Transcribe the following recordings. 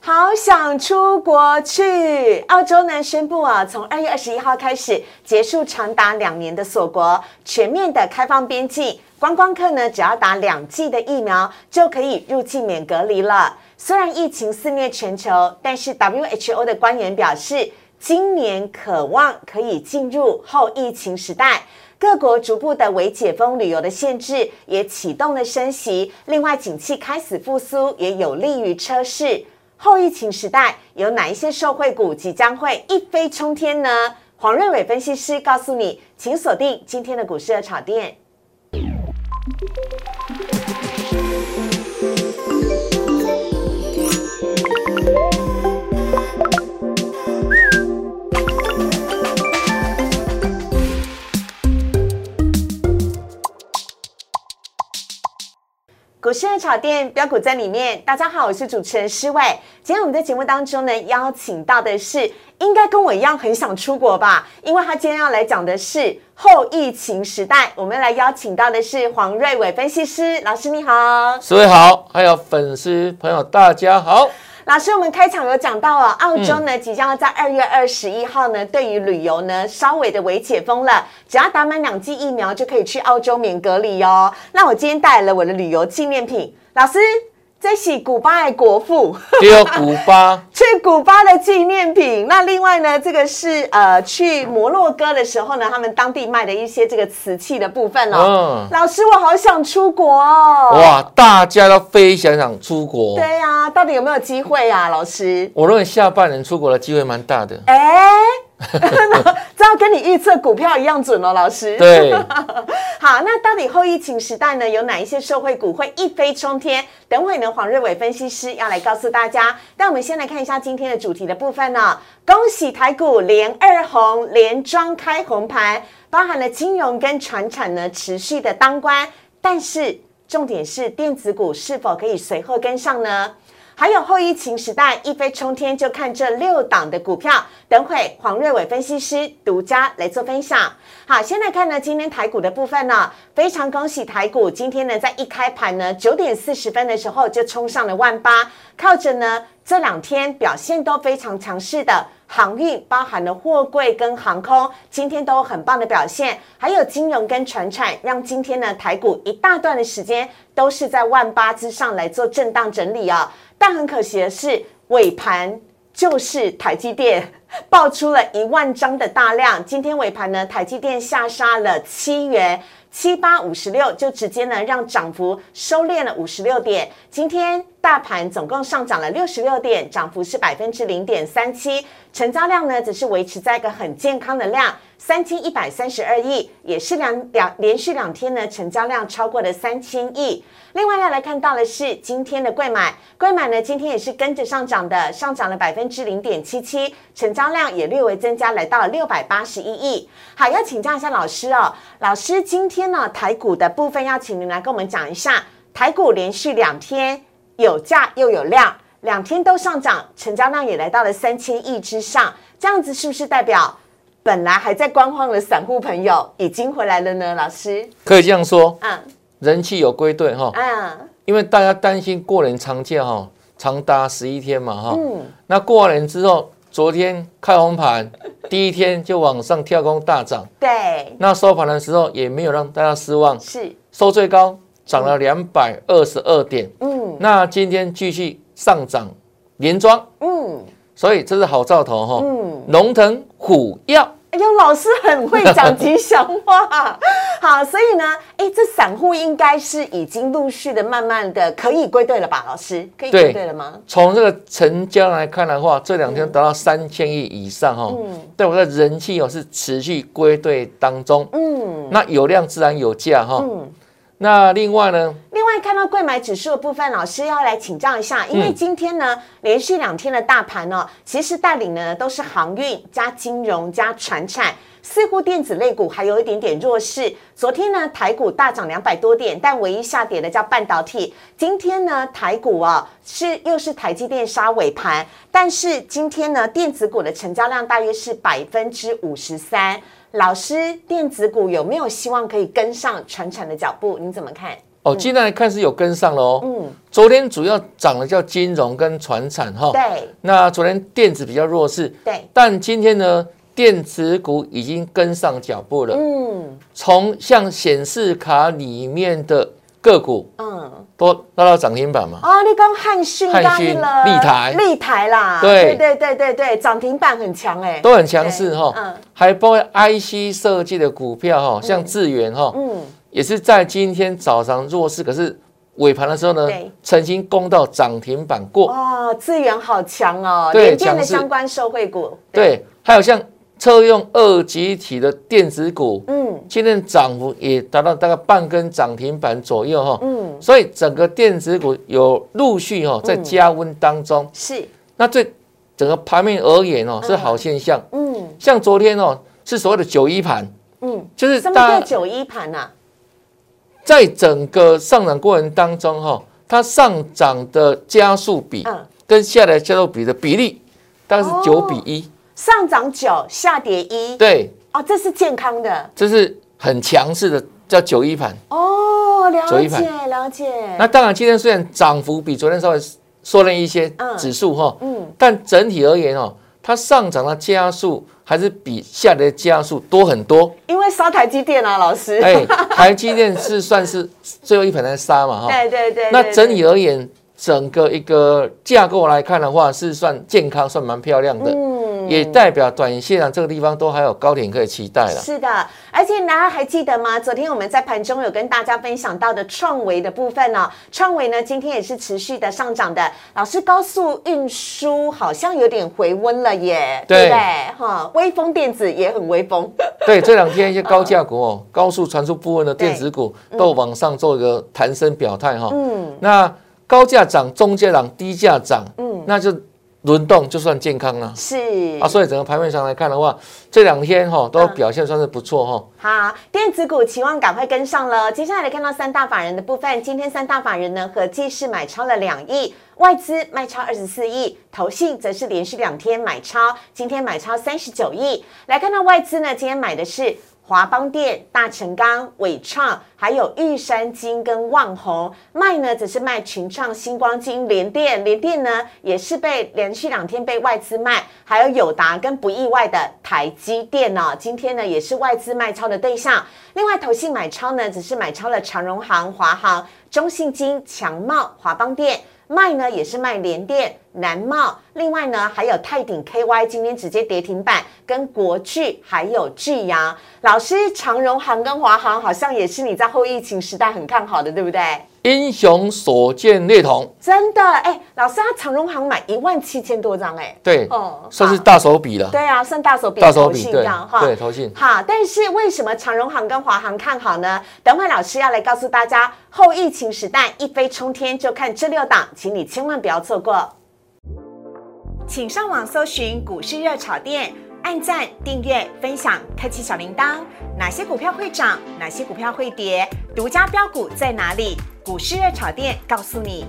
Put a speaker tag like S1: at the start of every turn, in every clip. S1: 好想出国去！澳洲呢宣布啊，从二月二十一号开始结束长达两年的锁国，全面的开放边境，观光客呢只要打两剂的疫苗就可以入境免隔离了。虽然疫情肆虐全球，但是 WHO 的官员表示，今年渴望可以进入后疫情时代。各国逐步的为解封旅游的限制，也启动了升息。另外，景气开始复苏，也有利于车市。后疫情时代，有哪一些受惠股即将会一飞冲天呢？黄瑞伟分析师告诉你，请锁定今天的股市的炒店。股市的炒店标股在里面。大家好，我是主持人施伟。今天我们在节目当中呢，邀请到的是应该跟我一样很想出国吧，因为他今天要来讲的是后疫情时代。我们来邀请到的是黄瑞伟分析师老师，你好。
S2: 四位好，还有粉丝朋友大家 好。
S1: 老师，我们开场有讲到啊，澳洲呢即将要在二月二十一号呢，对于旅游呢稍微的微解封了，只要打满两剂疫苗就可以去澳洲免隔离哦。那我今天带来了我的旅游纪念品，老师，这是古巴的国父
S2: 第二古巴，
S1: 去古巴的纪念品。那另外呢，这个是呃去摩洛哥的时候呢，他们当地卖的一些这个瓷器的部分哦。
S2: 嗯
S1: 老师，我好想出国哦。
S2: 哇，大家都非常想出国。
S1: 对呀、到底有没有机会啊，老师？
S2: 我认为下半年出国的机会蛮大的。
S1: 哎、 这要跟你预测股票一样准哦，老师。，
S2: 对，
S1: 好，那到底后疫情时代呢，有哪一些社会股会一飞冲天？等会呢，黄瑞伟分析师要来告诉大家。但我们先来看一下今天的主题的部分呢、恭喜台股连二红，连庄开红盘，包含了金融跟船产呢持续的当官，但是重点是电子股是否可以随后跟上呢？还有后疫情时代一飞冲天，就看这六档的股票。等会黄瑞伟分析师独家来做分享。好，先来看呢今天台股的部分呢、非常恭喜台股今天呢在一开盘呢九点四十分的时候就冲上了万八，靠着呢这两天表现都非常强势的。航运包含了货柜跟航空，今天都有很棒的表现，还有金融跟船产，让今天呢台股一大段的时间都是在万八之上来做震荡整理啊、但很可惜的是，尾盘就是台积电爆出了一万张的大量。今天尾盘呢，台积电下杀了七元。七八五十六就直接呢让涨幅收敛了五十六点。今天大盘总共上涨了六十六点，涨幅是百分之零点三七，成交量呢只是维持在一个很健康的量，三千一百三十二亿，也是两两连续两天呢成交量超过了三千亿。另外要来看到的是今天的贵买，贵买呢今天也是跟着上涨的，上涨了百分之零点七七，成交量也略微增加，来到了六百八十一亿。好，要请教一下老师哦，老师今天呢台股的部分要请您来跟我们讲一下，台股连续两天有价又有量，两天都上涨，成交量也来到了三千亿之上，这样子是不是代表本来还在观望的散户朋友已经回来了呢？老师，
S2: 可以这样说，
S1: 嗯
S2: 人气有归队哈，
S1: 嗯
S2: 因为大家担心过年长假哈，长达十一天嘛哈。
S1: 嗯，
S2: 那过完年之后，昨天开红 盘，第一天就往上跳空大涨，
S1: 对，
S2: 那收盘的时候也没有让大家失望，
S1: 是，
S2: 收最高涨了两百二十二点。
S1: 嗯
S2: 那今天继续上涨连庄，
S1: 嗯。
S2: 所以这是好兆头哈、
S1: 嗯
S2: 龙腾虎跃，
S1: 哎呦，老师很会讲吉祥话。 好，所以呢，哎，这散户应该是已经陆续的、慢慢的可以归队了吧？老师，可以归
S2: 对
S1: 队了吗？
S2: 从这个成交来看的话，这两天达到三千亿以上哈、
S1: 嗯
S2: 对我的人气哦是持续归队当中。
S1: 嗯
S2: 那有量自然有价哈、
S1: 嗯。
S2: 那另外呢，
S1: 另外，看到贵买指数的部分，老师要来请教一下，因为今天呢，连续两天的大盘哦，其实带领呢都是航运加金融加船产，似乎电子类股还有一点点弱势。昨天呢，台股大涨两百多点，但唯一下跌的叫半导体。今天呢，台股啊是又是台积电杀尾盘，但是今天呢，电子股的成交量大约是百分之五十三。老师，电子股有没有希望可以跟上船产的脚步？您怎么看？
S2: 哦，今天来看是有跟上了哦。
S1: 嗯，
S2: 昨天主要涨的叫金融跟船产哈、
S1: 对
S2: 那昨天电子比较弱势，
S1: 对，
S2: 但今天呢，电子股已经跟上脚步了。
S1: 嗯
S2: 从像显示卡里面的个股
S1: 嗯，
S2: 都拉到涨停板嘛，
S1: 哦，你讲汉讯、
S2: 汉
S1: 大
S2: 讯
S1: 意了，
S2: 立台
S1: 立台啦，
S2: 对
S1: 对对对对，涨停板很强哎，
S2: 都很强势
S1: 对
S2: 哈
S1: 嗯。
S2: 还包括 IC 设计的股票哈、像智源哈、
S1: 嗯，
S2: 也是在今天早上弱势，可是尾盘的时候呢
S1: 对，哦
S2: 曾经攻到涨停板过。
S1: 哇，资源好强哦，
S2: 对
S1: 联电的
S2: 强势
S1: 相关受惠股，，
S2: 对，还有像车用二极体的电子股，
S1: 嗯
S2: 今天涨幅也达到大概半根涨停板左右哈、
S1: 嗯，
S2: 所以整个电子股有陆续哈、在加温当中。
S1: 是，
S2: 那对整个盘面而言哦，是好现象。
S1: 嗯
S2: 像昨天哦，是所谓的九一盘，
S1: 嗯，
S2: 就是
S1: 什么叫
S2: 大
S1: 九一盘啊呐？
S2: 在整个上涨过程当中哈、它上涨的加速比
S1: 嗯，
S2: 跟下来加速比的比例大概是
S1: 哦
S2: 九比一，
S1: 上涨九，下跌一，
S2: 对，
S1: 哦，这是健康的
S2: 这是很强势的叫九一盘。
S1: 哦，
S2: 九
S1: 了
S2: 一
S1: 解
S2: 盘
S1: 了解，
S2: 那当然，今天虽然涨幅比昨天稍微缩了一些
S1: 嗯
S2: 指数哈、
S1: 嗯
S2: 但整体而言哦，它上涨的加速还是比下跌的加速多很多。
S1: 因为烧台积电啊，老 师，
S2: 哎，台积电是算是最后一盘在杀嘛哈。
S1: 对对对，
S2: 那
S1: 对
S2: 整体而言，整个一个架构来看的话，是算健康，算蛮漂亮的，
S1: 嗯
S2: 也代表短线啊这个地方都还有高点可以期待了。
S1: 是的，而且大家还记得吗？昨天我们在盘中有跟大家分享到的创维的部分哦，创维呢今天也是持续的上涨的。老师，高速运输好像有点回温了耶，
S2: 对
S1: 不对？哈，微风电子也很微风，
S2: 对，这两天一些高价 股哦，高速传输部分的电子股都往上做一个弹升表态哈。
S1: 嗯，
S2: 那高价涨、中价涨、低价涨，嗯，那就轮动就算健康了。
S1: 是
S2: 啊，所以整个盘面上来看的话，这两天哈、都表现算是不错哈、
S1: 好，电子股期望赶快跟上了。接下来看到三大法人的部分，今天三大法人呢合计是买超了两亿，外资卖超二十四亿，投信则是连续两天买超，今天买超三十九亿。来看到外资呢，今天买的是。华邦电、大成钢、伟创，还有玉山金跟旺宏卖呢，则是卖群创、星光金、联电。联电呢也是被连续两天被外资卖，还有友达跟不意外的台积电哦，今天呢也是外资卖超的对象。另外，投信买超呢，只是买超了长荣行、华航、中信金、强茂、华邦电。卖呢也是卖联电、南茂，另外呢还有泰鼎 KY，今天直接跌停板，跟国巨还有巨阳。老师，长荣行跟华航好像也是你在后疫情时代很看好的，对不对？
S2: 英雄所见略同，
S1: 真的，哎，老师，他长荣行买一万七千多张，哎，
S2: 对，
S1: 哦
S2: 算是
S1: 好
S2: 大手笔了，
S1: 对啊，算大手笔，
S2: 大手
S1: 投
S2: 笔，
S1: 信
S2: 对
S1: 这样哈，
S2: 对，投信。
S1: 好，但是为什么长荣行跟华航看好呢？等会老师要来告诉大家，后疫情时代一飞冲天，就看这六档，请你千万不要错过。请上网搜寻股市热炒店，按赞、订阅、分享，开启小铃铛。哪些股票会涨？哪些股票会跌？独家标股在哪里？股市热炒店告诉你。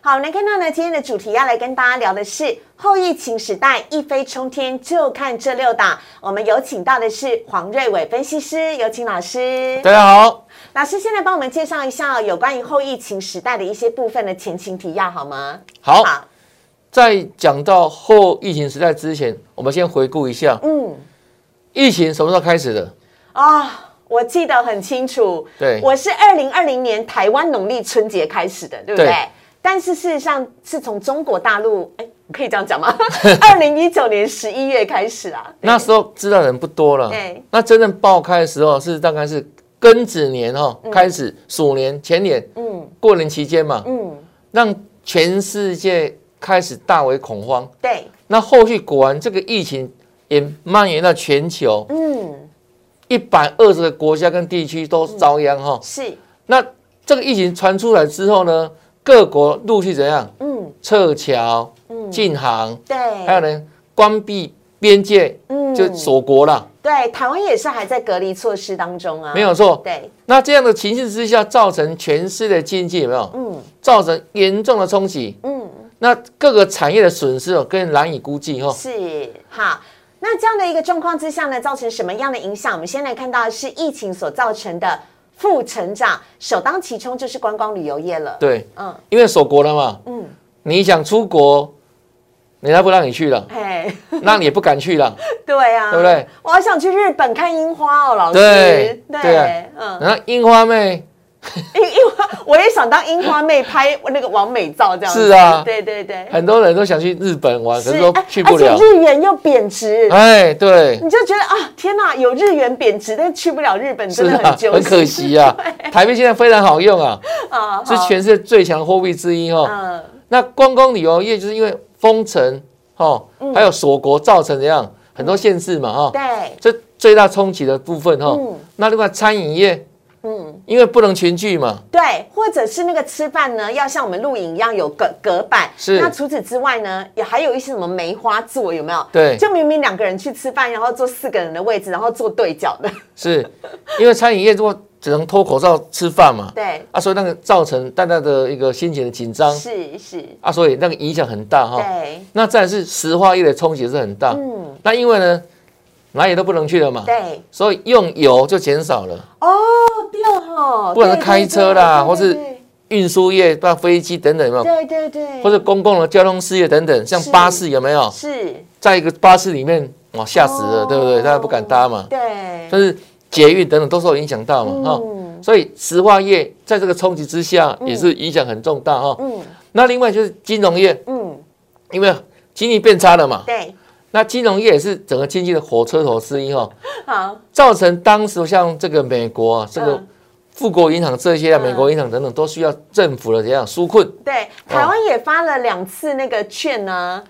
S1: 好，来看到呢，今天的主题要来跟大家聊的是后疫情时代一飞冲天，就看这六档。我们有请到的是黄瑞伟分析师，有请老师。
S2: 大家好，
S1: 老师，现在帮我们介绍一下有关于后疫情时代的一些部分的前情提要好吗？
S2: 好，在讲到后疫情时代之前，我们先回顾一下
S1: 嗯，
S2: 疫情什么时候开始的？
S1: 啊、我记得很清楚，
S2: 对
S1: 我是二零二零年台湾农历春节开始的，对不对？
S2: 对
S1: 但是事实上是从中国大陆，哎，可以这样讲 吗？二零一九年十一月开始啊，对
S2: 那时候知道的人不多了
S1: 对，
S2: 那真正爆开的时候是大概是庚子年哈、开始，鼠年前年
S1: 嗯
S2: 过年期间嘛，
S1: 嗯，
S2: 让全世界开始大为恐慌。
S1: 对，
S2: 那后续果然这个疫情也蔓延到全球
S1: 嗯，
S2: 一百二十个国家跟地区都遭殃哈、
S1: 是，
S2: 那这个疫情传出来之后呢，各国陆续怎样
S1: 嗯
S2: 撤侨、禁航，
S1: 对，
S2: 还有呢关闭边界，
S1: 嗯
S2: 就锁国了，
S1: 对，台湾也是还在隔离措施当中啊，
S2: 没有错。
S1: 对，
S2: 那这样的情势之下，造成全市的经济有没有
S1: 嗯
S2: 造成严重的冲击？
S1: 嗯，
S2: 那各个产业的损失哦，更难以估计哈、哦。
S1: 是好。那这样的一个状况之下呢，造成什么样的影响？我们先来看到的是疫情所造成的负成长，首当其冲就是观光旅游业了。，
S2: 对，
S1: 嗯
S2: 因为锁国了嘛，
S1: 嗯，
S2: 你想出国，人家不让你去 了，
S1: 哎，
S2: 那你也不敢去了。
S1: 对啊，
S2: 嗯对不对？
S1: 我好想去日本看樱花哦，老师。
S2: 对对
S1: 对
S2: 啊，
S1: 嗯，
S2: 然后樱花妹
S1: 樱樱花，我也想当樱花妹拍那个完美照这样子。
S2: 是啊
S1: 对对对，
S2: 很多人都想去日本玩，可是都
S1: 哎
S2: 去不了
S1: 而且。日元又贬值，
S2: 哎，对，
S1: 你就觉得啊，天哪，有日元贬值，但去不了日本，真
S2: 是
S1: 的
S2: 啊
S1: 很，揪心，
S2: 很可 惜啊。台币现在非常好用啊，
S1: 啊，
S2: 是
S1: 好
S2: 全世界最强货币之一哦。
S1: 嗯，
S2: 那观光旅游业就是因为封城哦，
S1: 嗯
S2: 还有锁国造成怎样很多限制嘛哈，
S1: 对，
S2: 这最大冲击的部分哈
S1: 嗯。
S2: 那另外餐饮业，
S1: 嗯，
S2: 因为不能群聚嘛，
S1: 对，或者是那个吃饭呢，要像我们录影一样有隔隔板。
S2: 是
S1: 那除此之外呢，也还有一些什么梅花座，有没有？
S2: 对
S1: 就明明两个人去吃饭，然后坐四个人的位置，然后坐对角的。
S2: 是因为餐饮业如果只能脱口罩吃饭嘛，
S1: 对，
S2: 啊，所以那个造成大家的一个心情的紧张
S1: 是是，
S2: 啊，所以那个影响很大哈。
S1: 对
S2: 那再来是石化业的冲击是很大，
S1: 嗯
S2: 那因为呢，哪里都不能去了嘛，
S1: 对。
S2: 所以用油就减少了，
S1: 哦，对哦，
S2: 不管是
S1: 对
S2: 开车啦
S1: 对
S2: 或是
S1: 对
S2: 运输业、包括飞机等等有没有？
S1: 对对对，
S2: 或者公共的交通事业等等，像
S1: 是
S2: 巴士有没有？
S1: 是
S2: 在一个巴士里面，哇，吓死了，
S1: 哦
S2: 对不对？大家不敢搭嘛，
S1: 对，
S2: 但是捷运等等都受影响到嘛，哈、
S1: 嗯
S2: 所以哦石化业在这个冲击之下也是影响很重大哈、
S1: 嗯
S2: 那另外就是金融业，
S1: 嗯，
S2: 因为经济变差了嘛，
S1: 对，
S2: 那金融业也是整个经济的火车头之一哈、
S1: 好，
S2: 造成当时像这个美国啊，这个
S1: 嗯
S2: 富国银行这些啊，
S1: 嗯
S2: 美国银行等等都需要政府的怎样纾困，
S1: 对，台湾也发了两次那个券呢，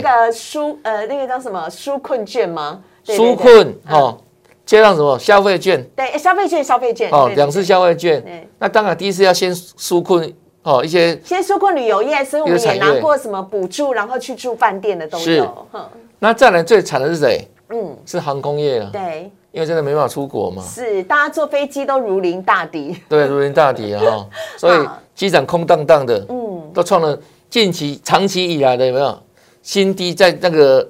S1: 那个纾呃那个叫什么纾困券吗？对
S2: 纾，困哦，加上什么消费券
S1: 对对对，消费券消费券，
S2: 哦，
S1: 对
S2: 两次，消费
S1: 对
S2: 券。那当然第一次要先纾困哦，一些
S1: 对先纾困旅游业，所以我
S2: 一
S1: 们
S2: 个
S1: 也
S2: 产业
S1: 拿过什么补助，然后去住饭店的都
S2: 是
S1: 有，哼
S2: 那再来最惨的是谁？
S1: 嗯，
S2: 是航空业啊，
S1: 对，
S2: 因为真的没办法出国嘛，
S1: 是大家坐飞机都如临大敌，
S2: 对，如临大敌啊，哦所以
S1: 好
S2: 机场空荡荡的，
S1: 嗯，
S2: 都创了近期长期以来的有没有新低，在那个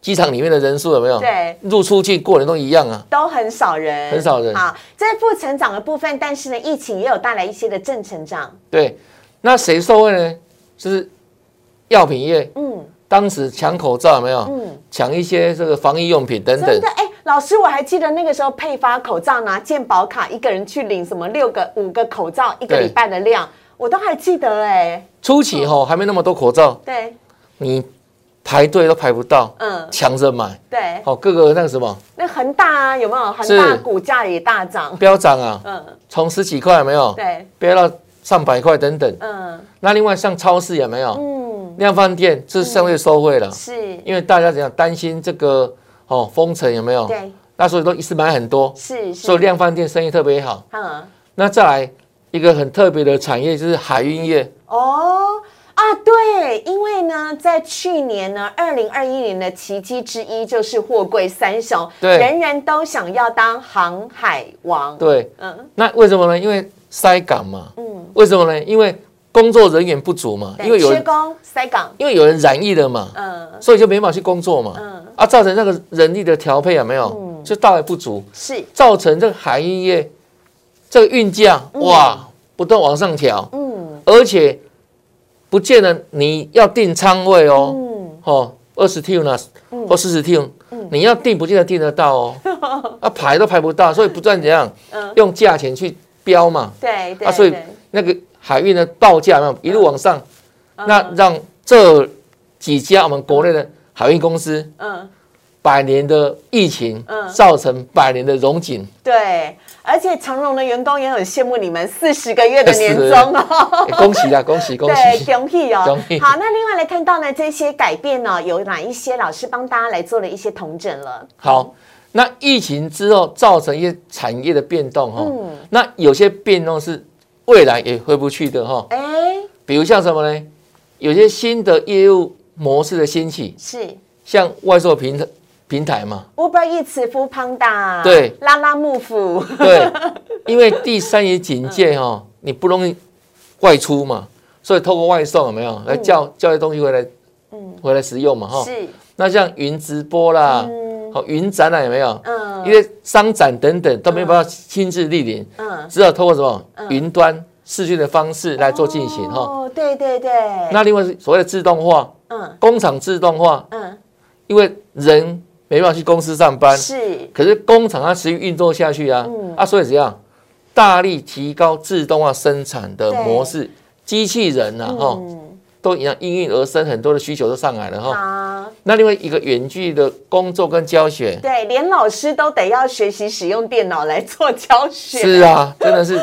S2: 机场里面的人数有没有？
S1: 对，
S2: 入出境过人都一样啊。
S1: 都很少人，
S2: 很少人
S1: 好，这是负成长的部分，但是呢，疫情也有带来一些的正成长。
S2: 对，那谁受惠呢？就是药品业，
S1: 嗯
S2: 当时抢口罩有没有？
S1: 嗯，
S2: 抢一些这个防疫用品等等
S1: 真的。哎，老师，我还记得那个时候配发口罩拿健保卡，一个人去领什么六个、五个口罩，一个
S2: 对
S1: 礼拜的量，我都还记得哎。
S2: 初期哈还没那么多口罩，
S1: 对，
S2: 你排队都排不到，
S1: 嗯，
S2: 抢着买。
S1: 对，
S2: 好，各个那个什么
S1: 那恒大啊，有没有？恒大
S2: 是
S1: 股价也大涨。
S2: 飙涨啊，
S1: 嗯，
S2: 从十几块有没有？
S1: 对，
S2: 飙到上百块等等。
S1: 嗯
S2: 那另外像超市有没有？
S1: 嗯，
S2: 量贩店是相对收惠了，
S1: 是，
S2: 因为大家怎样担心这个哦封城有没有？
S1: 对，
S2: 那所以都一次买很多，
S1: 是是
S2: 所以，量贩店生意特别好。
S1: 嗯，
S2: 那再来一个很特别的产业就是海运业，
S1: 哦。啊，对，因为呢，在去年呢，二零二一年的奇迹之一就是货柜三雄，
S2: 对
S1: 人人都想要当航海王，
S2: 对，
S1: 嗯，
S2: 那为什么呢？因为塞港嘛，
S1: 嗯，
S2: 为什么呢？因为工作人员不足嘛，
S1: 对
S2: 因为有
S1: 缺
S2: 人
S1: 工塞港，
S2: 因为有人染疫了嘛，
S1: 嗯，
S2: 所以就没办法去工作嘛，
S1: 嗯
S2: 啊，造成那个人力的调配有没有，就大为不足，
S1: 是，
S2: 造成这个海运业这个运价哇不断往上调，
S1: 嗯
S2: 而且不见得你要订仓位哦，
S1: 嗯，
S2: 哦，二十 T 呢或四十 T，你要订不见得订得到哦。 啊，排都排不到，所以不断怎样
S1: 嗯
S2: 用价钱去标嘛。
S1: 对对，
S2: 啊，所以
S1: 对
S2: 那个海运的报价有没有一路往上，
S1: 嗯
S2: 那让这几家我们国内的海运公司
S1: 嗯，
S2: 百年的疫情
S1: 嗯
S2: 造成百年的荣景，
S1: 对，而且长荣的员工也很羡慕你们四十个月的年
S2: 40
S1: 终哦。
S2: 哎恭喜啦，恭 喜恭
S1: 对，
S2: 喜！
S1: 恭喜哦！
S2: 恭喜
S1: 好，那另外来看到呢，这些改变呢，有哪一些老师帮大家来做了一些统整了？
S2: 好，那疫情之后造成一些产业的变动哈、哦
S1: 嗯，
S2: 那有些变动是未来也回不去的哈、哦，
S1: 哎，
S2: 比如像什么呢？有些新的业务模式的兴起，
S1: 是
S2: 像外售平台平台嘛，
S1: Uber Eats、f o o Panda，
S2: 对
S1: 拉拉木府，
S2: 对，因为第三级警戒哈、哦，你不容易外出嘛，所以透过外送有没有来叫、叫些东西回来，回来食用嘛哈、
S1: 嗯是，
S2: 那像云直播啦，
S1: 嗯
S2: 好、云展览有没有？
S1: 嗯，嗯
S2: 因为商展等等都没办法亲自莅临，
S1: 嗯，
S2: 只好透过什么云端视讯的方式来做进行哈。
S1: 哦，对对对，
S2: 那另外是所谓的自动化，
S1: 嗯
S2: 工厂自动化，
S1: 嗯
S2: 因为人没办法去公司上班，
S1: 是嗯
S2: 可是工厂它持续运作下去啊，啊，所以怎样，大力提高自动化生产的模式，机器人啊，哈、
S1: 嗯
S2: 都一样应运而生，很多的需求都上来了哈。
S1: 好，
S2: 那另外一个远距的工作跟教学，
S1: 对，连老师都得要学习使用电脑来做教学，
S2: 是啊，真的是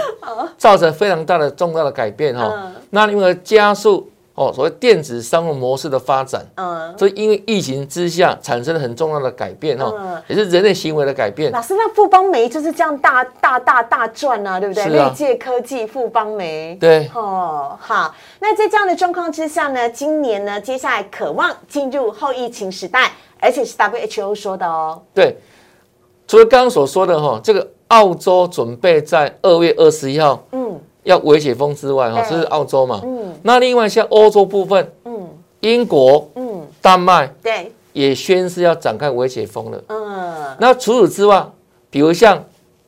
S2: 造成非常大的重大的改变哈、
S1: 嗯
S2: 那另外加速哦，所谓电子商务模式的发展，
S1: 嗯，
S2: 这因为疫情之下产生了很重要的改变哈、
S1: 嗯
S2: 也是人类行为的改变。
S1: 老师，那富邦媒就是这样大大大大赚啊，对不对？
S2: 是
S1: 历、
S2: 啊
S1: 届科技富邦媒。
S2: 对，
S1: 哦，好，那在这样的状况之下呢，今年呢，接下来渴望进入后疫情时代，而且是 WHO 说的哦。
S2: 对，除了刚刚所说的哈、这个澳洲准备在二月二十一号
S1: 嗯
S2: 要微解封之外哈、
S1: 对
S2: 这是澳洲嘛？
S1: 嗯
S2: 那另外像欧洲部分，
S1: 嗯
S2: 英国、
S1: 嗯，
S2: 丹麦
S1: 对，
S2: 也宣誓要展开微解封了。
S1: 嗯
S2: 那除此之外，比如像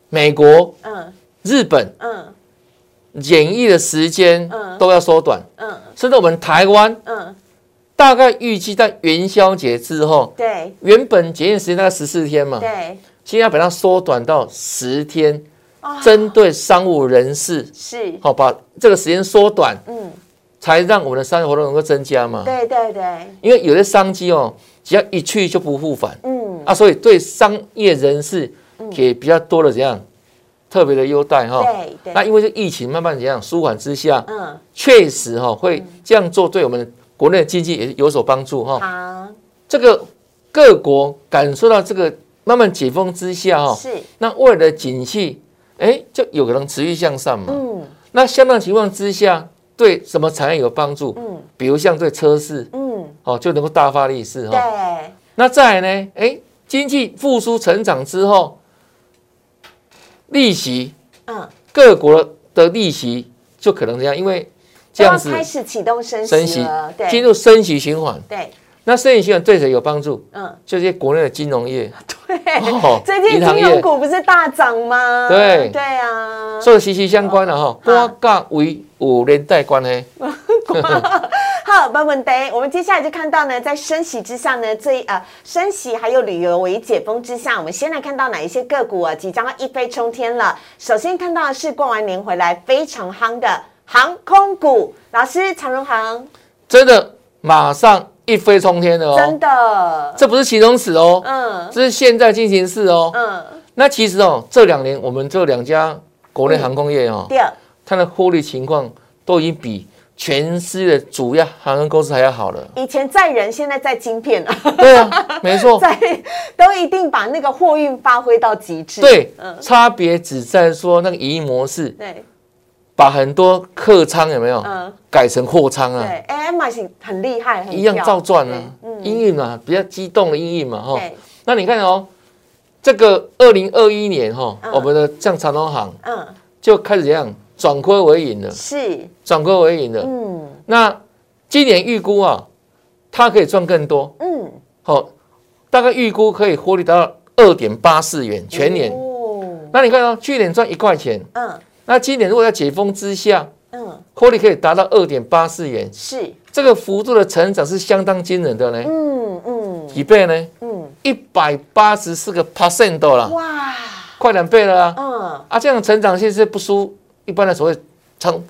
S2: 美国、
S1: 嗯
S2: 日本，
S1: 嗯
S2: 检疫的时间
S1: 嗯
S2: 都要缩短，
S1: 嗯
S2: 甚至我们台湾
S1: 嗯，
S2: 大概预计在元宵节之后，
S1: 对
S2: 原本检疫时间大概十四天嘛，
S1: 对，
S2: 现在把它缩短到十天，
S1: 啊
S2: 针对商务人士，
S1: 是，
S2: 好把这个时间缩短，
S1: 嗯，
S2: 才让我们的商业活动能够增加嘛。
S1: 对对对，
S2: 因为有些商机哦，只要一去就不复返
S1: 嗯，
S2: 啊，所以对商业人士给比较多的怎样特别的优待哈、
S1: 对对
S2: 那因为这疫情慢慢怎样舒缓之下，
S1: 嗯，
S2: 确实哈、会这样做对我们国内的经济也是有所帮助哈、
S1: 好，
S2: 这个各国感受到这个慢慢解封之下哈、
S1: 是，
S2: 那未来的景气哎就有可能持续向上嘛。
S1: 嗯
S2: 那相当情况之下，对什么产业有帮助？
S1: 嗯
S2: 比如像对车市
S1: 嗯，
S2: 哦就能够大发利市哈、
S1: 对，
S2: 那再来呢？哎，经济复苏成长之后，利息
S1: 嗯，
S2: 各国的利息就可能这样，因为这样子
S1: 都要开始启动升
S2: 升
S1: 息
S2: 息
S1: 了，
S2: 进
S1: 对
S2: 入升息循环。
S1: 对，
S2: 那升息循环对谁有帮助？
S1: 嗯。
S2: 就是国内的金融业，哦
S1: 对， 最近
S2: 银行
S1: 金
S2: 业
S1: 融股不是大涨吗？
S2: 对
S1: 对啊，
S2: 所以息息相关的哈。我甲为有连带关系，
S1: 好，没问题。我们接下来就看到呢，在升息之下呢，最呃升息还有旅游为解封之下，我们先来看到哪一些个股啊即将要一飞冲天了。首先看到的是过完年回来非常夯的航空股，老师长荣航
S2: 真的马上一飞冲天的
S1: 真
S2: 哦。
S1: 的，
S2: 这不是形容词哦，
S1: 嗯
S2: 这是现在进行式哦。
S1: 嗯，
S2: 那其实哦，这两年我们这两家国内航空业哦，
S1: 第二，
S2: 它的获利情况都已经比全世界的主要航空公司还要好了。
S1: 以前载人，现在载晶片了，
S2: 对啊，没错，
S1: 载都一定把那个货运发挥到极致。
S2: 对
S1: 嗯，
S2: 差别只在说那个营运模式，
S1: 对
S2: 把很多客舱有没有
S1: 嗯
S2: 改成货舱
S1: 对
S2: 啊，，
S1: 哎，m 是很厉害，很
S2: 一样
S1: 跳
S2: 照赚啊
S1: 对，嗯
S2: 营运嘛，比较激动的营运嘛，哈。
S1: 对，
S2: 那你看哦，这个二零二一年哈
S1: 嗯，
S2: 我们的像长隆行
S1: 嗯，
S2: 就开始这样转亏为盈了，
S1: 是，
S2: 转亏为盈了。
S1: 嗯
S2: 那今年预估啊，它可以赚更多。
S1: 嗯。
S2: 好、大概预估可以获利达到二点八四元全年。
S1: 哦，
S2: 那你看哦，去年赚一块钱，
S1: 嗯
S2: 那今年如果在解封之下，
S1: 嗯，
S2: 获利可以达到二点八四元，
S1: 是，
S2: 这个幅度的成长是相当惊人的呢，
S1: 嗯嗯
S2: 几倍呢？
S1: 嗯，
S2: 一百八十四个 percent 了，
S1: 哇，
S2: 快两倍了啊！
S1: 嗯，
S2: 啊，这样的成长性是不输一般的所谓成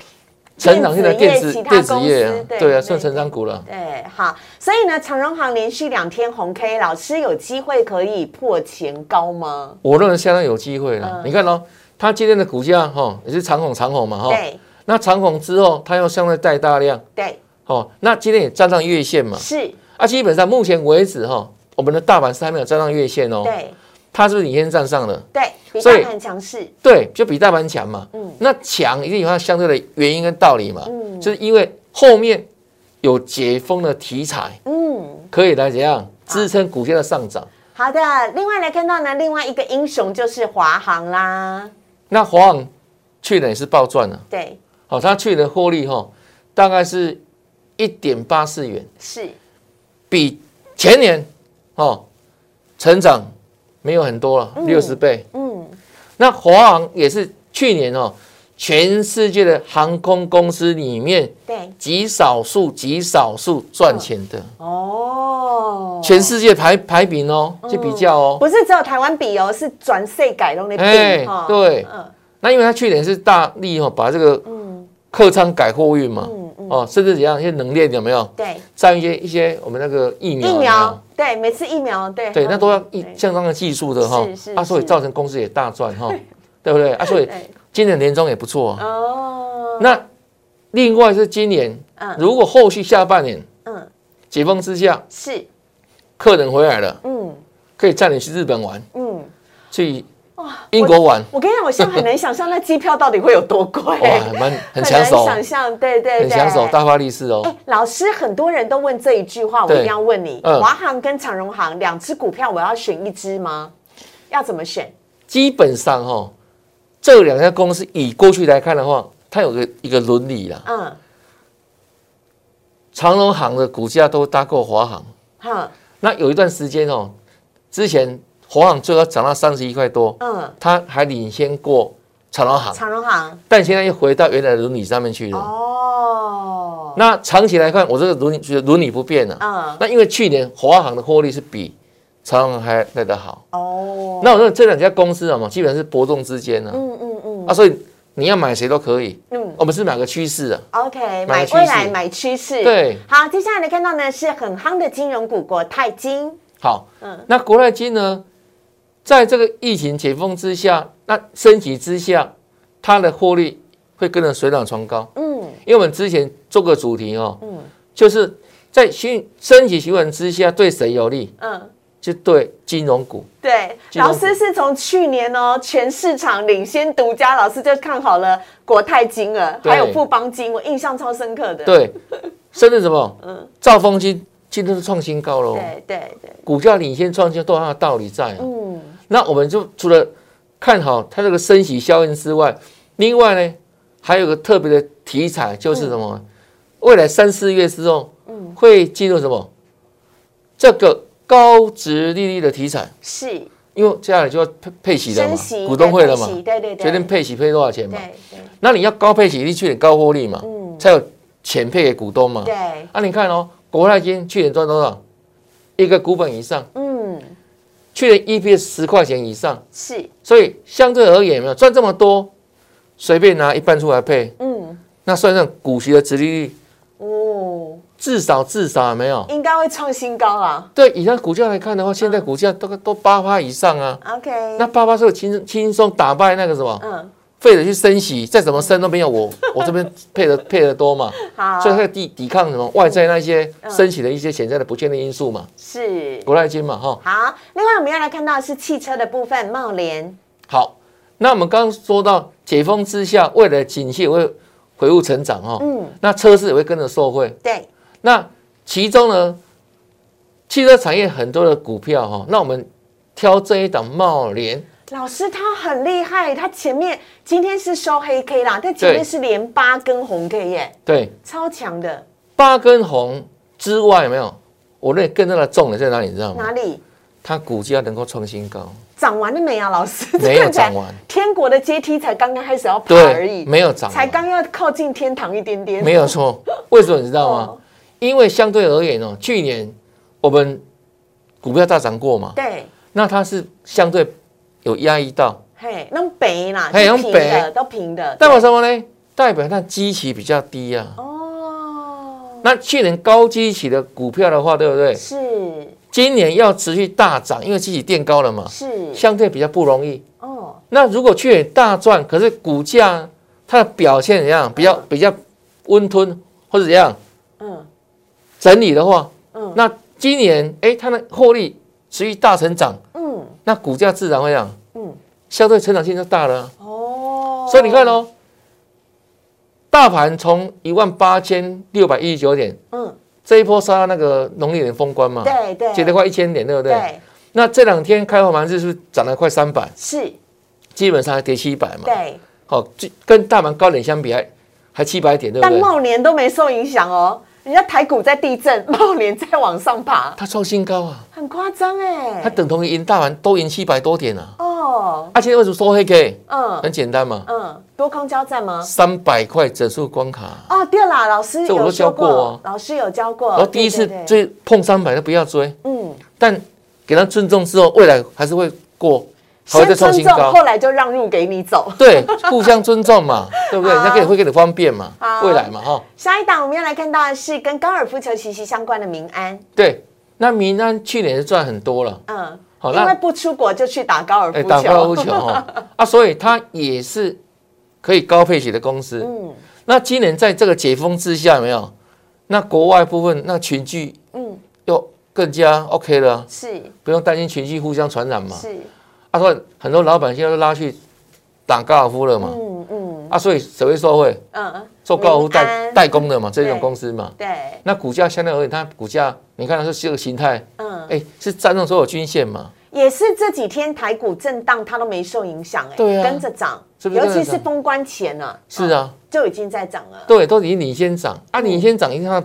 S2: 成长性的电子
S1: 电子业其他
S2: 电子
S1: 公司
S2: 业啊，
S1: 对
S2: 对啊，
S1: 对
S2: 算成长股了。
S1: 对，好，所以呢，长荣行连续两天红 K，老师有机会可以破前高吗？
S2: 我认为相当有机会
S1: 嗯
S2: 了。你看哦，它今天的股价哈、哦、也是长虹长虹嘛哈、
S1: 对
S2: 那长虹之后，它又相对带大量，
S1: 对，
S2: 哦，那今天也站上月线嘛，
S1: 是，
S2: 啊，基本上目前为止哈、我们的大盘是还没有站上月线哦，
S1: 对
S2: 它是不是领先站上了？
S1: 对，比
S2: 所以
S1: 大盘强势，
S2: 对，就比大盘强嘛，
S1: 嗯
S2: 那强一定有它相对的原因跟道理嘛，
S1: 嗯
S2: 就是因为后面有解封的题材，
S1: 嗯。
S2: 可以来怎样支撑股价的上涨。
S1: 好的，另外来看到呢，另外一个英雄就是华航啦，
S2: 那华航去年也是暴赚了、
S1: 对，
S2: 好、它去年的获利哈、哦，大概是一点八四元，
S1: 是，
S2: 比前年哦成长没有很多了，六十倍。
S1: 嗯，
S2: 那华航也是去年哦，全世界的航空公司里面
S1: 对，
S2: 极少数、极少数赚钱的，
S1: 哦，
S2: 全世界排排名哦，去比较哦。
S1: 不是只有台湾比哦，是转世改龙的比
S2: 哎
S1: 哈。
S2: 对
S1: 嗯
S2: 那因为它去年是大力哦，把这个
S1: 嗯
S2: 客舱改货运嘛
S1: 嗯，嗯
S2: 哦，甚至怎样一些冷链有没有？
S1: 对，
S2: 像一些一些我们那个疫苗
S1: 疫
S2: 有没有
S1: 苗，对，每次疫苗，对，嗯
S2: 对，那都要一
S1: 对
S2: 相当的技术的哈
S1: 是是，
S2: 啊，所以
S1: 是
S2: 造成公司也大 赚哈，对不对？啊，所以
S1: 对
S2: 今年年终也不错啊。
S1: 哦，
S2: 那另外是今年
S1: 嗯，
S2: 如果后续下半年
S1: 嗯
S2: 解封之下，
S1: 是，
S2: 客人回来了，
S1: 嗯
S2: 可以带你去日本玩，
S1: 嗯。
S2: 去英国玩，
S1: 我跟你讲，我现在很难想象那机票到底会有多贵，
S2: 哇， 还蛮很抢
S1: 很难
S2: 手，
S1: 想象，对对对，
S2: 很抢手，大发利市
S1: 哎
S2: 哦。，
S1: 老师，很多人都问这一句话，我一
S2: 对
S1: 定要问你：
S2: 嗯
S1: 华航跟长荣航两只股票，我要选一只吗？要怎么选？
S2: 基本上哈，这两家公司以过去来看的话，它有个一个伦理啦，
S1: 嗯，
S2: 长荣行的股价都搭过华航。
S1: 哼，
S2: 那有一段时间哦，之前华航最高涨到三十一块多，
S1: 嗯，
S2: 它还领先过长荣行，
S1: 长荣航。
S2: 但现在又回到原来的伦理上面去了。
S1: 哦，
S2: 那长期来看，我这个伦理觉得伦理不变了、
S1: 嗯，
S2: 那因为去年华航的获利是比长荣航还来得好，
S1: 哦，
S2: 那我认为这两家公司啊嘛，基本上是波动之间呢、啊，
S1: 嗯嗯嗯
S2: 所以你要买谁都可以。
S1: 嗯
S2: 我们是买个趋势啊，
S1: ，OK，买
S2: 买趋势
S1: 未来，买趋势。
S2: 对，
S1: 好，接下来看到呢是很夯的金融股国泰金，
S2: 好，
S1: 嗯
S2: 那国泰金呢，在这个疫情解封之下，那升级之下，它的获利会跟着水涨船高。
S1: 嗯
S2: 因为我们之前做个主题哦，
S1: 嗯
S2: 就是在循升级循环之下，对谁有利？
S1: 嗯，
S2: 就对金融股。
S1: 对，
S2: 金
S1: 老
S2: 融股
S1: 师是从去年哦全市场领先独家，老师就看好了国泰金了，
S2: 对
S1: 还有富邦金，我印象超深刻的。
S2: 对，甚至什么，兆丰金今天都创新高了、哦，
S1: 嗯对对对，
S2: 股价领先创新都有它的道理在、啊。
S1: 嗯
S2: 那我们就除了看好它这个升息效应之外，另外呢，还有个特别的题材就是什么？未来三四月之后，
S1: 嗯
S2: 会进入什么？这个高值利率的题材，
S1: 是
S2: 因为接下来就要配配息了
S1: 升
S2: 嘛
S1: 息，
S2: 股东会了
S1: 对
S2: 嘛
S1: 配，息对对对，
S2: 决定配息配多少钱嘛。
S1: 对对
S2: 那你要高配息，你去年高获利嘛，
S1: 嗯
S2: 才有钱配给股东嘛。
S1: 对，
S2: 啊，你看哦，国泰金去年赚多少？一个股本以上，
S1: 嗯
S2: 去年 EPS 十块钱以上，
S1: 是
S2: 所以相对而言，有没有赚这么多，随便拿一半出来配，
S1: 嗯
S2: 那算上股息的殖利率，
S1: 哦，
S2: 至少至少有没有？
S1: 应该会创新高啊。
S2: 对，以它股价来看的话，现在股价都都八趴以上啊，
S1: OK，
S2: 那八趴是有轻轻松打败那个什么
S1: 嗯
S2: 费的去升息，再怎么升都没有我 我这边配的配的多嘛，
S1: 好，
S2: 所以它可以抵抵抗什么外在那些
S1: 嗯
S2: 升息的一些潜在的不确定因素嘛，
S1: 是
S2: 国泰金嘛哈。
S1: 好。另外我们要来看到的是汽车的部分，茂联
S2: 好，那我们刚刚说到解封之下，未来景气也会恢复成长哦，
S1: 嗯
S2: 那车市也会跟着受惠。
S1: 对
S2: 那其中呢，汽车产业很多的股票哈、哦，那我们挑这一档茂联，
S1: 老师他很厉害，他前面今天是收黑 K 啦，但前面
S2: 对
S1: 是连八根红 K 耶，
S2: 对，
S1: 超强的。
S2: 八根红之外有没有？我认为更大的重点在哪里，你知道吗
S1: 哪？里
S2: 它股价能够创新高，
S1: 涨完了没啊？老师
S2: 没 有涨完，
S1: 天国的阶梯才刚刚开始要爬而
S2: 对，
S1: 已，
S2: 没有涨完，
S1: 才刚要靠近天堂一点点。
S2: 没有 错。为什么你知道吗
S1: 哦？
S2: 因为相对而言哦，去年我们股票大涨过嘛，
S1: 对，
S2: 那它是相对有压抑到，
S1: 嘿，那种北啦，
S2: 嘿
S1: 就
S2: 那
S1: 平
S2: 种
S1: 的
S2: 白
S1: 都平的。
S2: 代表什么呢？代表它基期比较低啊。
S1: 哦，
S2: 那去年高基期的股票的话，对不对？
S1: 是
S2: 今年要持续大涨，因为基期垫高了嘛，
S1: 是
S2: 相对比较不容易。
S1: 哦，
S2: 那如果去年大赚，可是股价它的表现怎样？比较比较温吞或者怎样
S1: 嗯
S2: 整理的话，
S1: 嗯
S2: 那今年哎它的获利持续大成长，
S1: 嗯
S2: 那股价自然会涨，
S1: 嗯，
S2: 相对成长性就大了啊。
S1: 哦，
S2: 所以你看，哦，大盘从一万八千六百一十九点
S1: 嗯，
S2: 这一波杀到那个农历年封关嘛，
S1: 对对，
S2: 跌了快一千点，对不对？
S1: 对
S2: 那这两天开盘盘是不是涨了快三百？
S1: 是，
S2: 基本上还跌七百嘛。哦
S1: 对，
S2: 好、这跟大盘高点相比还还七百点，对不
S1: 但
S2: 对？
S1: 茂年都没受影响哦，人家台股在地震，茂联在往上 爬，
S2: 它创新高啊，
S1: 很夸张哎
S2: 它。等同于赢大盘都赢七百多点啊。
S1: 哦，
S2: 啊，今天为什么收黑 K？
S1: 嗯
S2: 很简单嘛，
S1: 嗯，多空交战 吗？
S2: 三百块整数关卡，
S1: 哦，对啦，老师
S2: 这我
S1: 有说
S2: 都教
S1: 过，
S2: 过啊
S1: 老师有教过。
S2: 然后第一次
S1: 哦对对对
S2: 追碰三百，那不要追，
S1: 嗯，
S2: 但给他尊重之后，未来还是会过，还会
S1: 先
S2: 再创
S1: 尊
S2: 新
S1: 重，
S2: 高。
S1: 后来就让路给你走。
S2: 对，互相尊重嘛，对不对？人家 给
S1: 好
S2: 会给你方便嘛
S1: 好，
S2: 未来嘛，哈、
S1: 下一档我们要来看到的是跟高尔夫球息息相关的民安，
S2: 对，那民安去年是赚很多了，
S1: 嗯，
S2: 好
S1: 因
S2: 那
S1: 为不出国就去打高尔夫
S2: 哎，
S1: 球，
S2: 打高尔夫球哈、 啊，所以它也是可以高配息的公司。
S1: 嗯
S2: 那今年在这个解封之下，有没有？那国外部分那群聚
S1: 嗯，
S2: 又更加 OK 了啊，
S1: 是
S2: 不用担心群聚互相传染嘛。
S1: 是，
S2: 啊，所以很多老板现在都拉去打高尔夫了嘛。
S1: 嗯嗯
S2: 啊，所以谁会受惠？
S1: 嗯，
S2: 做高尔夫
S1: 民
S2: 代
S1: 安
S2: 代工的嘛，这种
S1: 对
S2: 公司嘛。
S1: 对，
S2: 那股价相对而言，它股价你看它是这个形态，
S1: 嗯，
S2: 哎，是站上所有均线嘛？
S1: 也是这几天台股震荡，它都没受影响，哎，
S2: 对啊
S1: 跟着涨，
S2: 是不是
S1: 尤
S2: 跟着
S1: 其是
S2: 涨
S1: 封关前呢，
S2: 是啊，
S1: 就已经在涨了，
S2: 对，都已经领先涨
S1: 嗯
S2: 啊，领先涨，它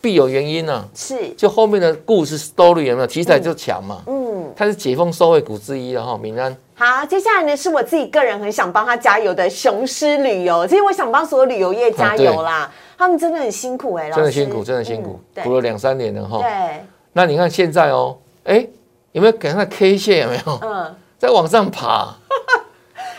S2: 必有原因啊。
S1: 是，
S2: 就后面的故事 story 有没有题材就强嘛？
S1: 嗯。
S2: 它是解封收惠股之一了哈，民安。
S1: 好，接下来呢是我自己个人很想帮他加油的雄狮旅游，其实我想帮所有旅游业加油啦，他们真的很辛苦哎、老
S2: 啊真的
S1: 师
S2: 辛苦，真的辛苦
S1: 嗯，对
S2: 苦了两三年了哈。
S1: 对，
S2: 那你看现在哦，哎，有没有给它的 K 线有没有
S1: 嗯，
S2: 在往上爬？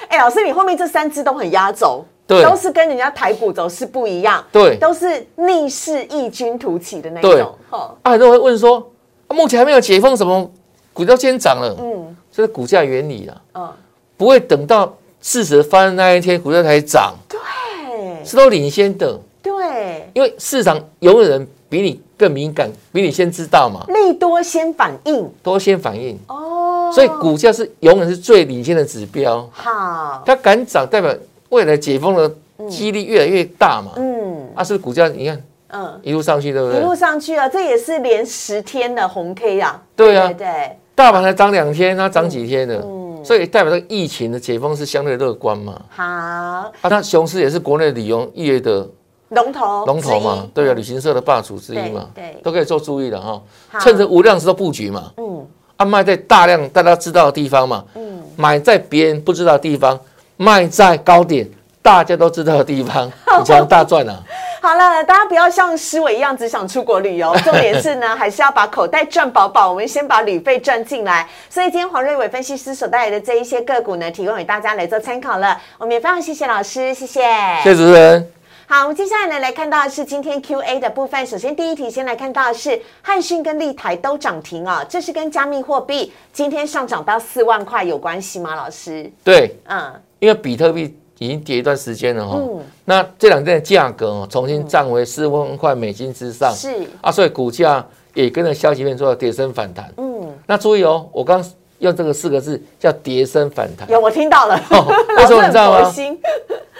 S1: 哎、老师，你后面这三只都很压轴，
S2: 对
S1: 都是跟人家台股走势不一样，
S2: 对
S1: 都是逆势异军突起的那一
S2: 对
S1: 种，吼，
S2: 啊，很多人会问说，啊目前还没有解封，怎么股票先涨了？
S1: 嗯
S2: 这是股价原理啊，
S1: 嗯，
S2: 不会等到事实发生那一天股票才涨，
S1: 哎，
S2: 是都领先的，
S1: 对，
S2: 因为市场永远人比你更敏感，比你先知道嘛，
S1: 利多先反应
S2: 都先反应。
S1: 哦，
S2: 所以股价是永远是最领先的指标，
S1: 好，
S2: 它敢涨代表未来解封的几率越来越大嘛。
S1: 嗯
S2: 啊，是不是股价你看
S1: 嗯，
S2: 一路上去，对不
S1: 一路
S2: 对？
S1: 上去啊，这也是连十天的红 K 啊，
S2: 对啊
S1: 对嗯对。
S2: 大盘才涨两天，它涨几天的，所以代表这个疫情的解封是相对乐观嘛。
S1: 好，
S2: 啊，那雄狮也是国内旅游业的
S1: 龙头
S2: 龙头嘛
S1: 哦之一，嗯
S2: 对啊，旅行社的霸主之一嘛，
S1: 对对
S2: 都可以做注意的哈
S1: 好，
S2: 趁着无量时候布局嘛，
S1: 嗯
S2: 啊，卖在大量大家知道的地方嘛，
S1: 嗯，
S2: 买在别人不知道的地方，卖在高点大家都知道的地 方，你才能大赚啊！
S1: 好了，大家不要像思伟一样只想出国旅 游，重点是呢，还是要把口袋赚饱饱。我们先把旅费赚进来。所以今天黄瑞伟分析师所带来的这一些个股呢，提供给大家来做参考了。我们也非常谢谢老师，谢谢。
S2: 谢谢主持人。
S1: 好，我们接下来呢来看到的是今天 Q&A 的部分。首先第一题，先来看到的是汉讯跟立台都涨停啊、这是跟加密货币今天上涨到四万块有关系吗？老师，
S2: 对，
S1: 嗯，
S2: 因为比特币已经跌一段时间了哈、
S1: 嗯
S2: 那这两天的价格哦重新站回四万块美金之上，
S1: 是，
S2: 啊，所以股价也跟着消息面做了跌升反弹。
S1: 嗯，
S2: 那注意哦，我刚用这个四个字叫跌升反弹，
S1: 有我听到了，
S2: 哦为
S1: 老
S2: 什
S1: 师
S2: 么你
S1: 很
S2: 知 道
S1: 佛
S2: 吗
S1: 心。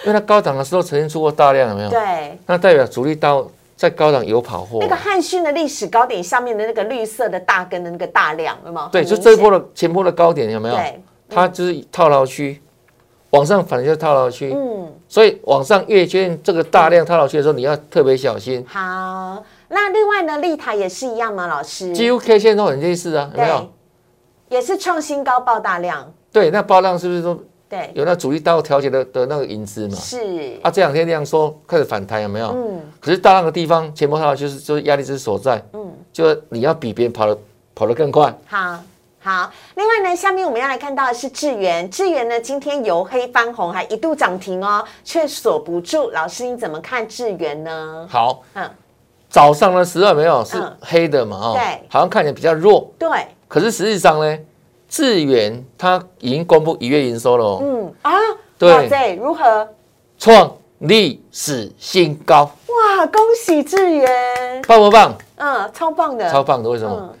S2: 因为它高档的时候曾经出过大量，有没有？
S1: 对，
S2: 那代表主力到在高档有跑货
S1: 那。个汉逊的历史高点下面的那个绿色的大根的那个大量，有没有？
S2: 对，
S1: 很
S2: 就
S1: 明
S2: 这一波
S1: 显
S2: 的前波的高点有没有？
S1: 对，
S2: 它就是套牢区，往上反正就是套牢区，
S1: 嗯，
S2: 所以往上越接近这个大量套牢区的时候，你要特别小心。
S1: 好。那另外呢，立台也是一样吗？老师，
S2: 几乎 K 线都很类似啊，有没
S1: 对
S2: 有？，
S1: 也是创新高爆大量，
S2: 对，那爆量是不是都
S1: 对，
S2: 有那主力道调节的的那个影子嘛？
S1: 是，
S2: 啊，这两天量缩开始反弹，有没有？
S1: 嗯
S2: 可是大量的地方前波套牢就是就是压力之所在，
S1: 嗯，
S2: 就你要比别人跑得跑得更快。
S1: 好。好，另外呢，下面我们要来看到的是智源，智源呢今天由黑翻红，还一度涨停哦，却锁不住。老师你怎么看智源呢？
S2: 好，
S1: 嗯，
S2: 早上呢十二没有是
S1: 嗯
S2: 黑的嘛？哦
S1: 对，
S2: 好像看起来比较弱，
S1: 对，
S2: 可是实际上呢，智远它已经公布一月营收了、哦，
S1: 嗯啊，
S2: 对
S1: 哇塞，如何？
S2: 创历史新高，
S1: 哇，恭喜志源，
S2: 棒不棒？
S1: 嗯，超棒的，
S2: 超棒的！为什么？
S1: 嗯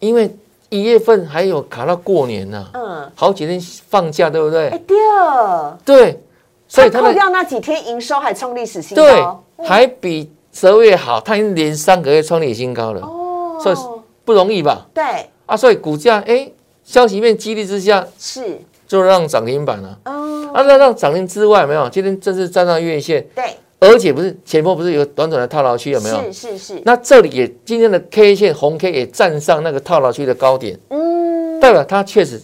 S2: 因为一月份还有卡到过年呢、
S1: 嗯，
S2: 好几天放假，对不
S1: 哎
S2: 对？
S1: 对，哦
S2: 对，所以他
S1: 他扣
S2: 们
S1: 掉那几天营收还创历史新
S2: 对
S1: 高，
S2: 还比十二月好，它已经连三个月创历史新高了，
S1: 哦，
S2: 所以不容易吧？
S1: 对
S2: 啊，所以股价哎，消息面激励之下，
S1: 是，
S2: 就让涨停板了、
S1: 嗯
S2: 啊，那让涨停之外，有没有今天正式站上月线，
S1: 对，
S2: 而而且不是前波不是有短短的套牢区有没有？
S1: 是是是，
S2: 那这里也今天的 K 线红 K 也站上那个套牢区的高点，
S1: 嗯，
S2: 代表它确实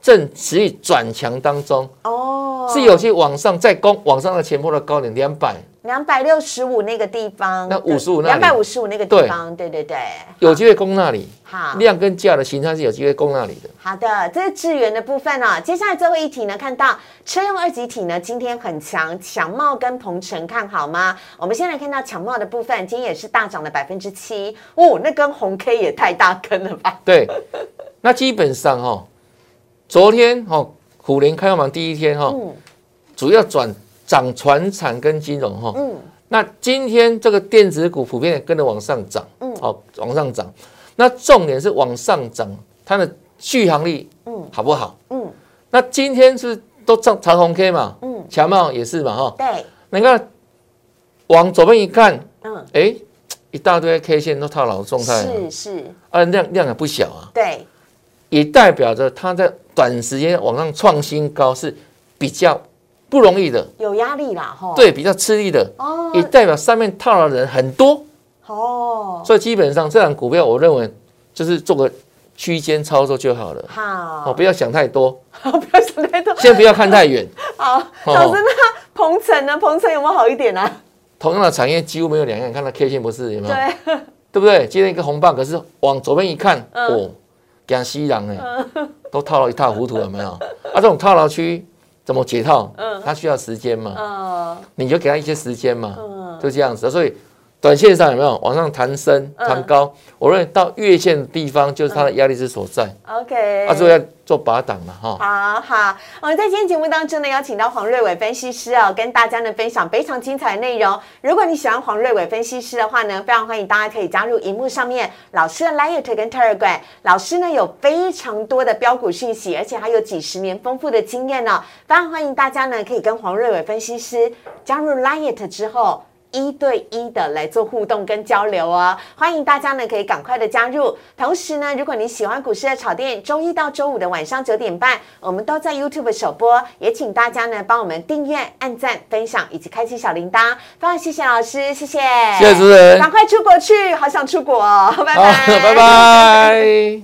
S2: 正持续转强当中，
S1: 哦，
S2: 是有些往上再攻往上的前波的高点两百，
S1: 两百六十五那个地方，
S2: 那55那
S1: 两
S2: 里
S1: 百五十五那个地方，对对对，
S2: 有机会攻那里，
S1: 好。
S2: 量跟价的形态是有机会攻那里的。
S1: 好的，这是智源的部分哦。接下来最后一题呢，看到车用二级体呢，今天很强，强茂跟鹏程看好吗？我们先来看到强茂的部分，今天也是大涨了百分之七，哦，那跟红 K 也太大根了吧？
S2: 对，那基本上哈、哦，昨天哈、哦、虎年开放第一天哈、哦，
S1: 嗯
S2: 主要转涨船产跟金融哈、
S1: 嗯
S2: 那今天这个电子股普遍也跟着往上涨，
S1: 嗯
S2: 好、往上涨。那重点是往上涨，它的续航力，
S1: 嗯
S2: 好不好？
S1: 嗯
S2: 那今天是都涨长红 K 嘛，
S1: 嗯，
S2: 强茂也是嘛，哈。
S1: 对，
S2: 你看往左边一看，
S1: 嗯，
S2: 哎，一大堆 K 线都套牢状态
S1: 是
S2: 了，
S1: 是，
S2: 啊，量量也不小啊，
S1: 对，
S2: 也代表着它在短时间往上创新高是比较不容易的，
S1: 有压力啦，吼。，
S2: 对，比较吃力的，
S1: 哦
S2: 也代表上面套牢的人很多。
S1: 哦，
S2: 所以基本上这档股票，我认为就是做个区间操作就好了，哦，
S1: 好，
S2: 不要想太多，
S1: 不要想太多。
S2: 先不哦要看太远。
S1: 好，老师，那鹏程呢？鹏程有没有好一点啊？
S2: 同样的产业几乎没有两样，你看它 K 线不是有没有？
S1: 对，
S2: 对不对？今天一个红棒，可是往左边一看，
S1: 嗯
S2: 哦，给它吸氧哎，都套了一塌糊涂，有没有？啊，这种套牢区怎么解套？它需要时间嘛，
S1: 嗯
S2: 你就给它一些时间嘛，
S1: 嗯，
S2: 就这样子。啊所以短线上有没有往上弹升、
S1: 嗯
S2: 弹高？我认为到月线的地方就是它的压力之所在，
S1: ，OK。
S2: 啊，所以要做拔档嘛，哈。
S1: 好好，我们在今天节目当中呢，邀请到黄瑞伟分析师哦，跟大家呢分享非常精彩的内容。如果你喜欢黄瑞伟分析师的话呢，非常欢迎大家可以加入荧幕上面老师的 Light 跟 Telegram。老师呢有非常多的标股讯息，而且还有几十年丰富的经验呢、非常欢迎大家呢可以跟黄瑞伟分析师加入 Light 之后。一对一的来做互动跟交流哦。欢迎大家呢可以赶快的加入。同时呢，如果你喜欢股市的炒店，周一到周五的晚上九点半，我们都在 YouTube 首播，也请大家呢帮我们订阅、按赞、分享以及开启小铃铛。非常谢谢老师，谢谢，
S2: 谢谢主持人
S1: 赶快出国去，好想出国、哦，拜
S2: 好，
S1: 拜，
S2: 拜。拜。